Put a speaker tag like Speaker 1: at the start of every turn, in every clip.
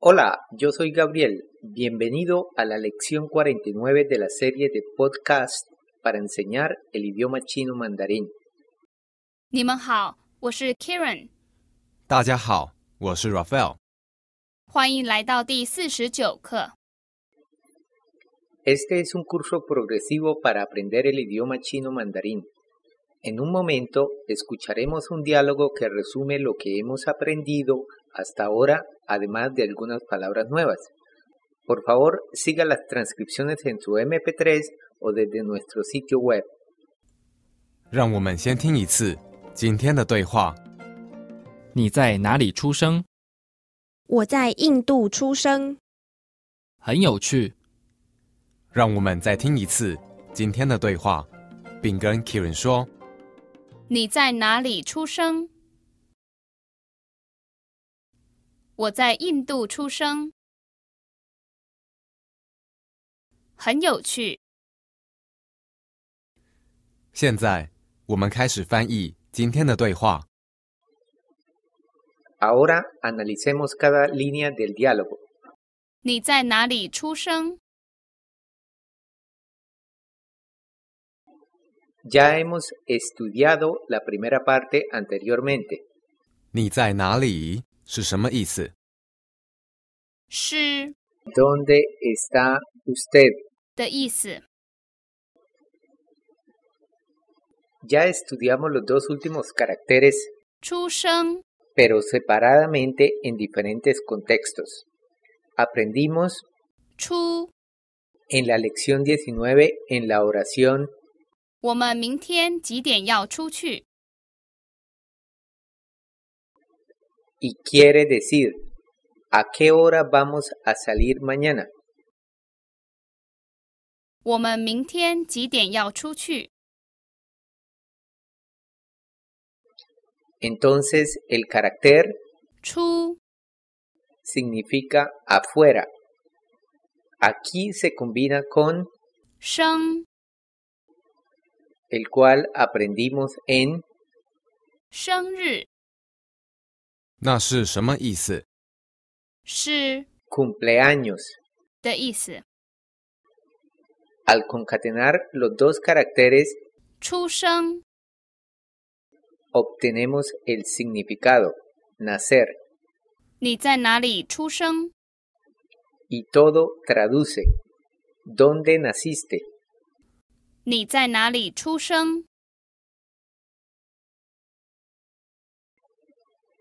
Speaker 1: Hola, yo soy Gabriel. Bienvenido a la lección 49 de la serie de podcast para enseñar el idioma chino mandarín.
Speaker 2: 你们好，我是 Karen，
Speaker 3: 大家好，我是 Raphael。
Speaker 2: 欢迎来到第四十九课。
Speaker 1: Este es un curso progresivo para aprender el idioma chino mandarín. En un momento escucharemos un diálogo que resume lo que hemos aprendido hasta ahora, además de algunas palabras nuevas. Por favor, siga las transcripciones en su MP3 o desde nuestro sitio web.
Speaker 3: 让我们先听一次今天的对话。
Speaker 4: 你在哪里出生？
Speaker 5: 我在印度出生，
Speaker 4: 很有趣。
Speaker 3: 让我们再听一次今天的对话，并跟 Kieran 说。
Speaker 2: 你在哪里出生？我在印度出生，很有趣。
Speaker 3: 现在我们开始翻译今天的对话。
Speaker 1: Ahora analicemos cada línea del diálogo.
Speaker 2: 你在哪里出生？
Speaker 1: Ya hemos estudiado la primera parte anteriormente.
Speaker 3: 你在哪里是什么意思？
Speaker 2: 是
Speaker 1: ¿Dónde está usted?
Speaker 2: 的意思。
Speaker 1: Ya estudiamos los dos últimos caracteres,
Speaker 2: 出生
Speaker 1: pero separadamente en diferentes contextos. Aprendimos
Speaker 2: 出，
Speaker 1: en la lección 19 en la oración
Speaker 2: 我们明天几点要出去？
Speaker 1: y quiere decir ¿a qué hora vamos a salir mañana?
Speaker 2: 我们明天几点要出去？
Speaker 1: Entonces el carácter
Speaker 2: 出
Speaker 1: significa afuera. Aquí se combina con
Speaker 2: 生
Speaker 1: el cual aprendimos en
Speaker 2: 生日
Speaker 3: 那是什么意思？
Speaker 2: 是
Speaker 1: cumpleaños.
Speaker 2: 的意思。
Speaker 1: Al concatenar los dos caracteres
Speaker 2: 出生
Speaker 1: obtenemos el significado, nacer,
Speaker 2: 你在哪里出生？
Speaker 1: y todo traduce. ¿Dónde naciste?
Speaker 2: 你在哪里出生？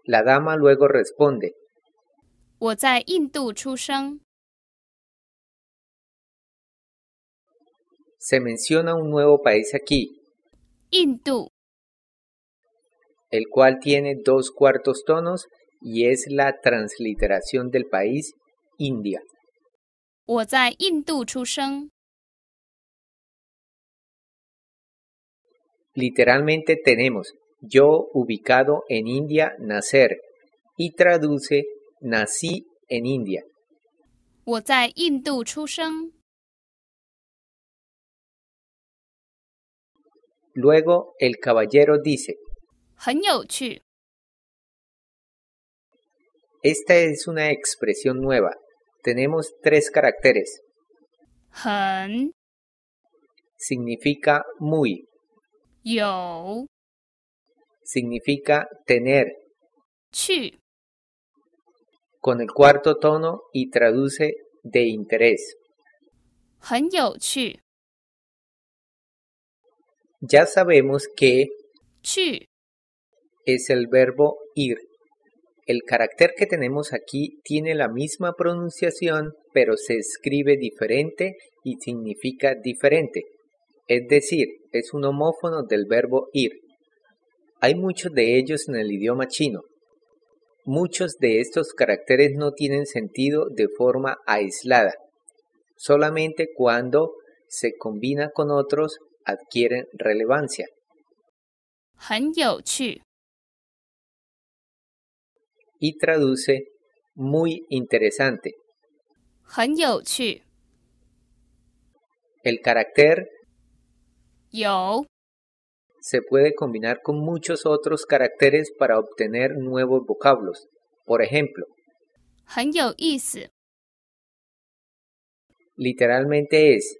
Speaker 1: La dama luego responde,
Speaker 2: 我在印度出生。
Speaker 1: se menciona un nuevo país aquí,
Speaker 2: 印度
Speaker 1: el cual tiene dos cuartos tonos y es la transliteración del país India.
Speaker 2: 我在印度出生。
Speaker 1: Literalmente tenemos yo ubicado en India nacer y traduce nací en India.
Speaker 2: 我在印度出生。
Speaker 1: Luego el caballero dice,
Speaker 2: 很有趣。
Speaker 1: esta es una expresión nueva. Tenemos tres caracteres.
Speaker 2: 很
Speaker 1: Significa muy,
Speaker 2: 有
Speaker 1: significa tener,
Speaker 2: 趣。
Speaker 1: con el cuarto tono y traduce de interés.
Speaker 2: 很有趣。
Speaker 1: Ya sabemos que
Speaker 2: 去
Speaker 1: es el verbo ir. El carácter que tenemos aquí tiene la misma pronunciación, pero se escribe diferente y significa diferente. Es decir, es un homófono del verbo ir. Hay muchos de ellos en el idioma chino. Muchos de estos caracteres no tienen sentido de forma aislada. Solamente cuando se combina con otros adquieren relevancia.
Speaker 2: 很有趣。
Speaker 1: y traduce muy interesante.
Speaker 2: 很有趣。
Speaker 1: El carácter
Speaker 2: 有
Speaker 1: se puede combinar con muchos otros caracteres para obtener nuevos vocablos. Por ejemplo,
Speaker 2: 很有意思。
Speaker 1: Literalmente es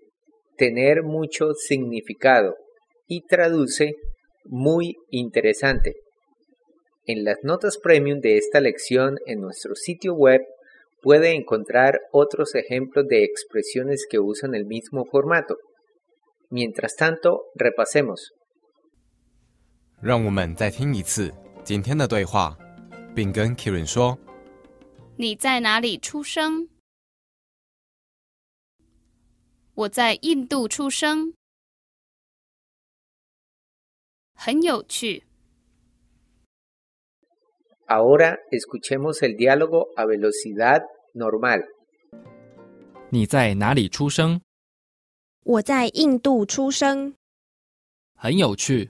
Speaker 1: tener mucho significado y traduce muy interesante. En las notas premium de esta lección en nuestro sitio web puede encontrar otros ejemplos de expresiones que usan el mismo formato. Mientras tanto, repasemos.
Speaker 3: 让我们再听一次今天的对话，并跟 Kirin 说
Speaker 2: 你在哪里出生？我在印度出生，很有趣。
Speaker 1: Ahora escuchemos el diálogo a velocidad normal.
Speaker 4: 你在哪里出生？
Speaker 5: 我在印度出生，
Speaker 4: 很有趣。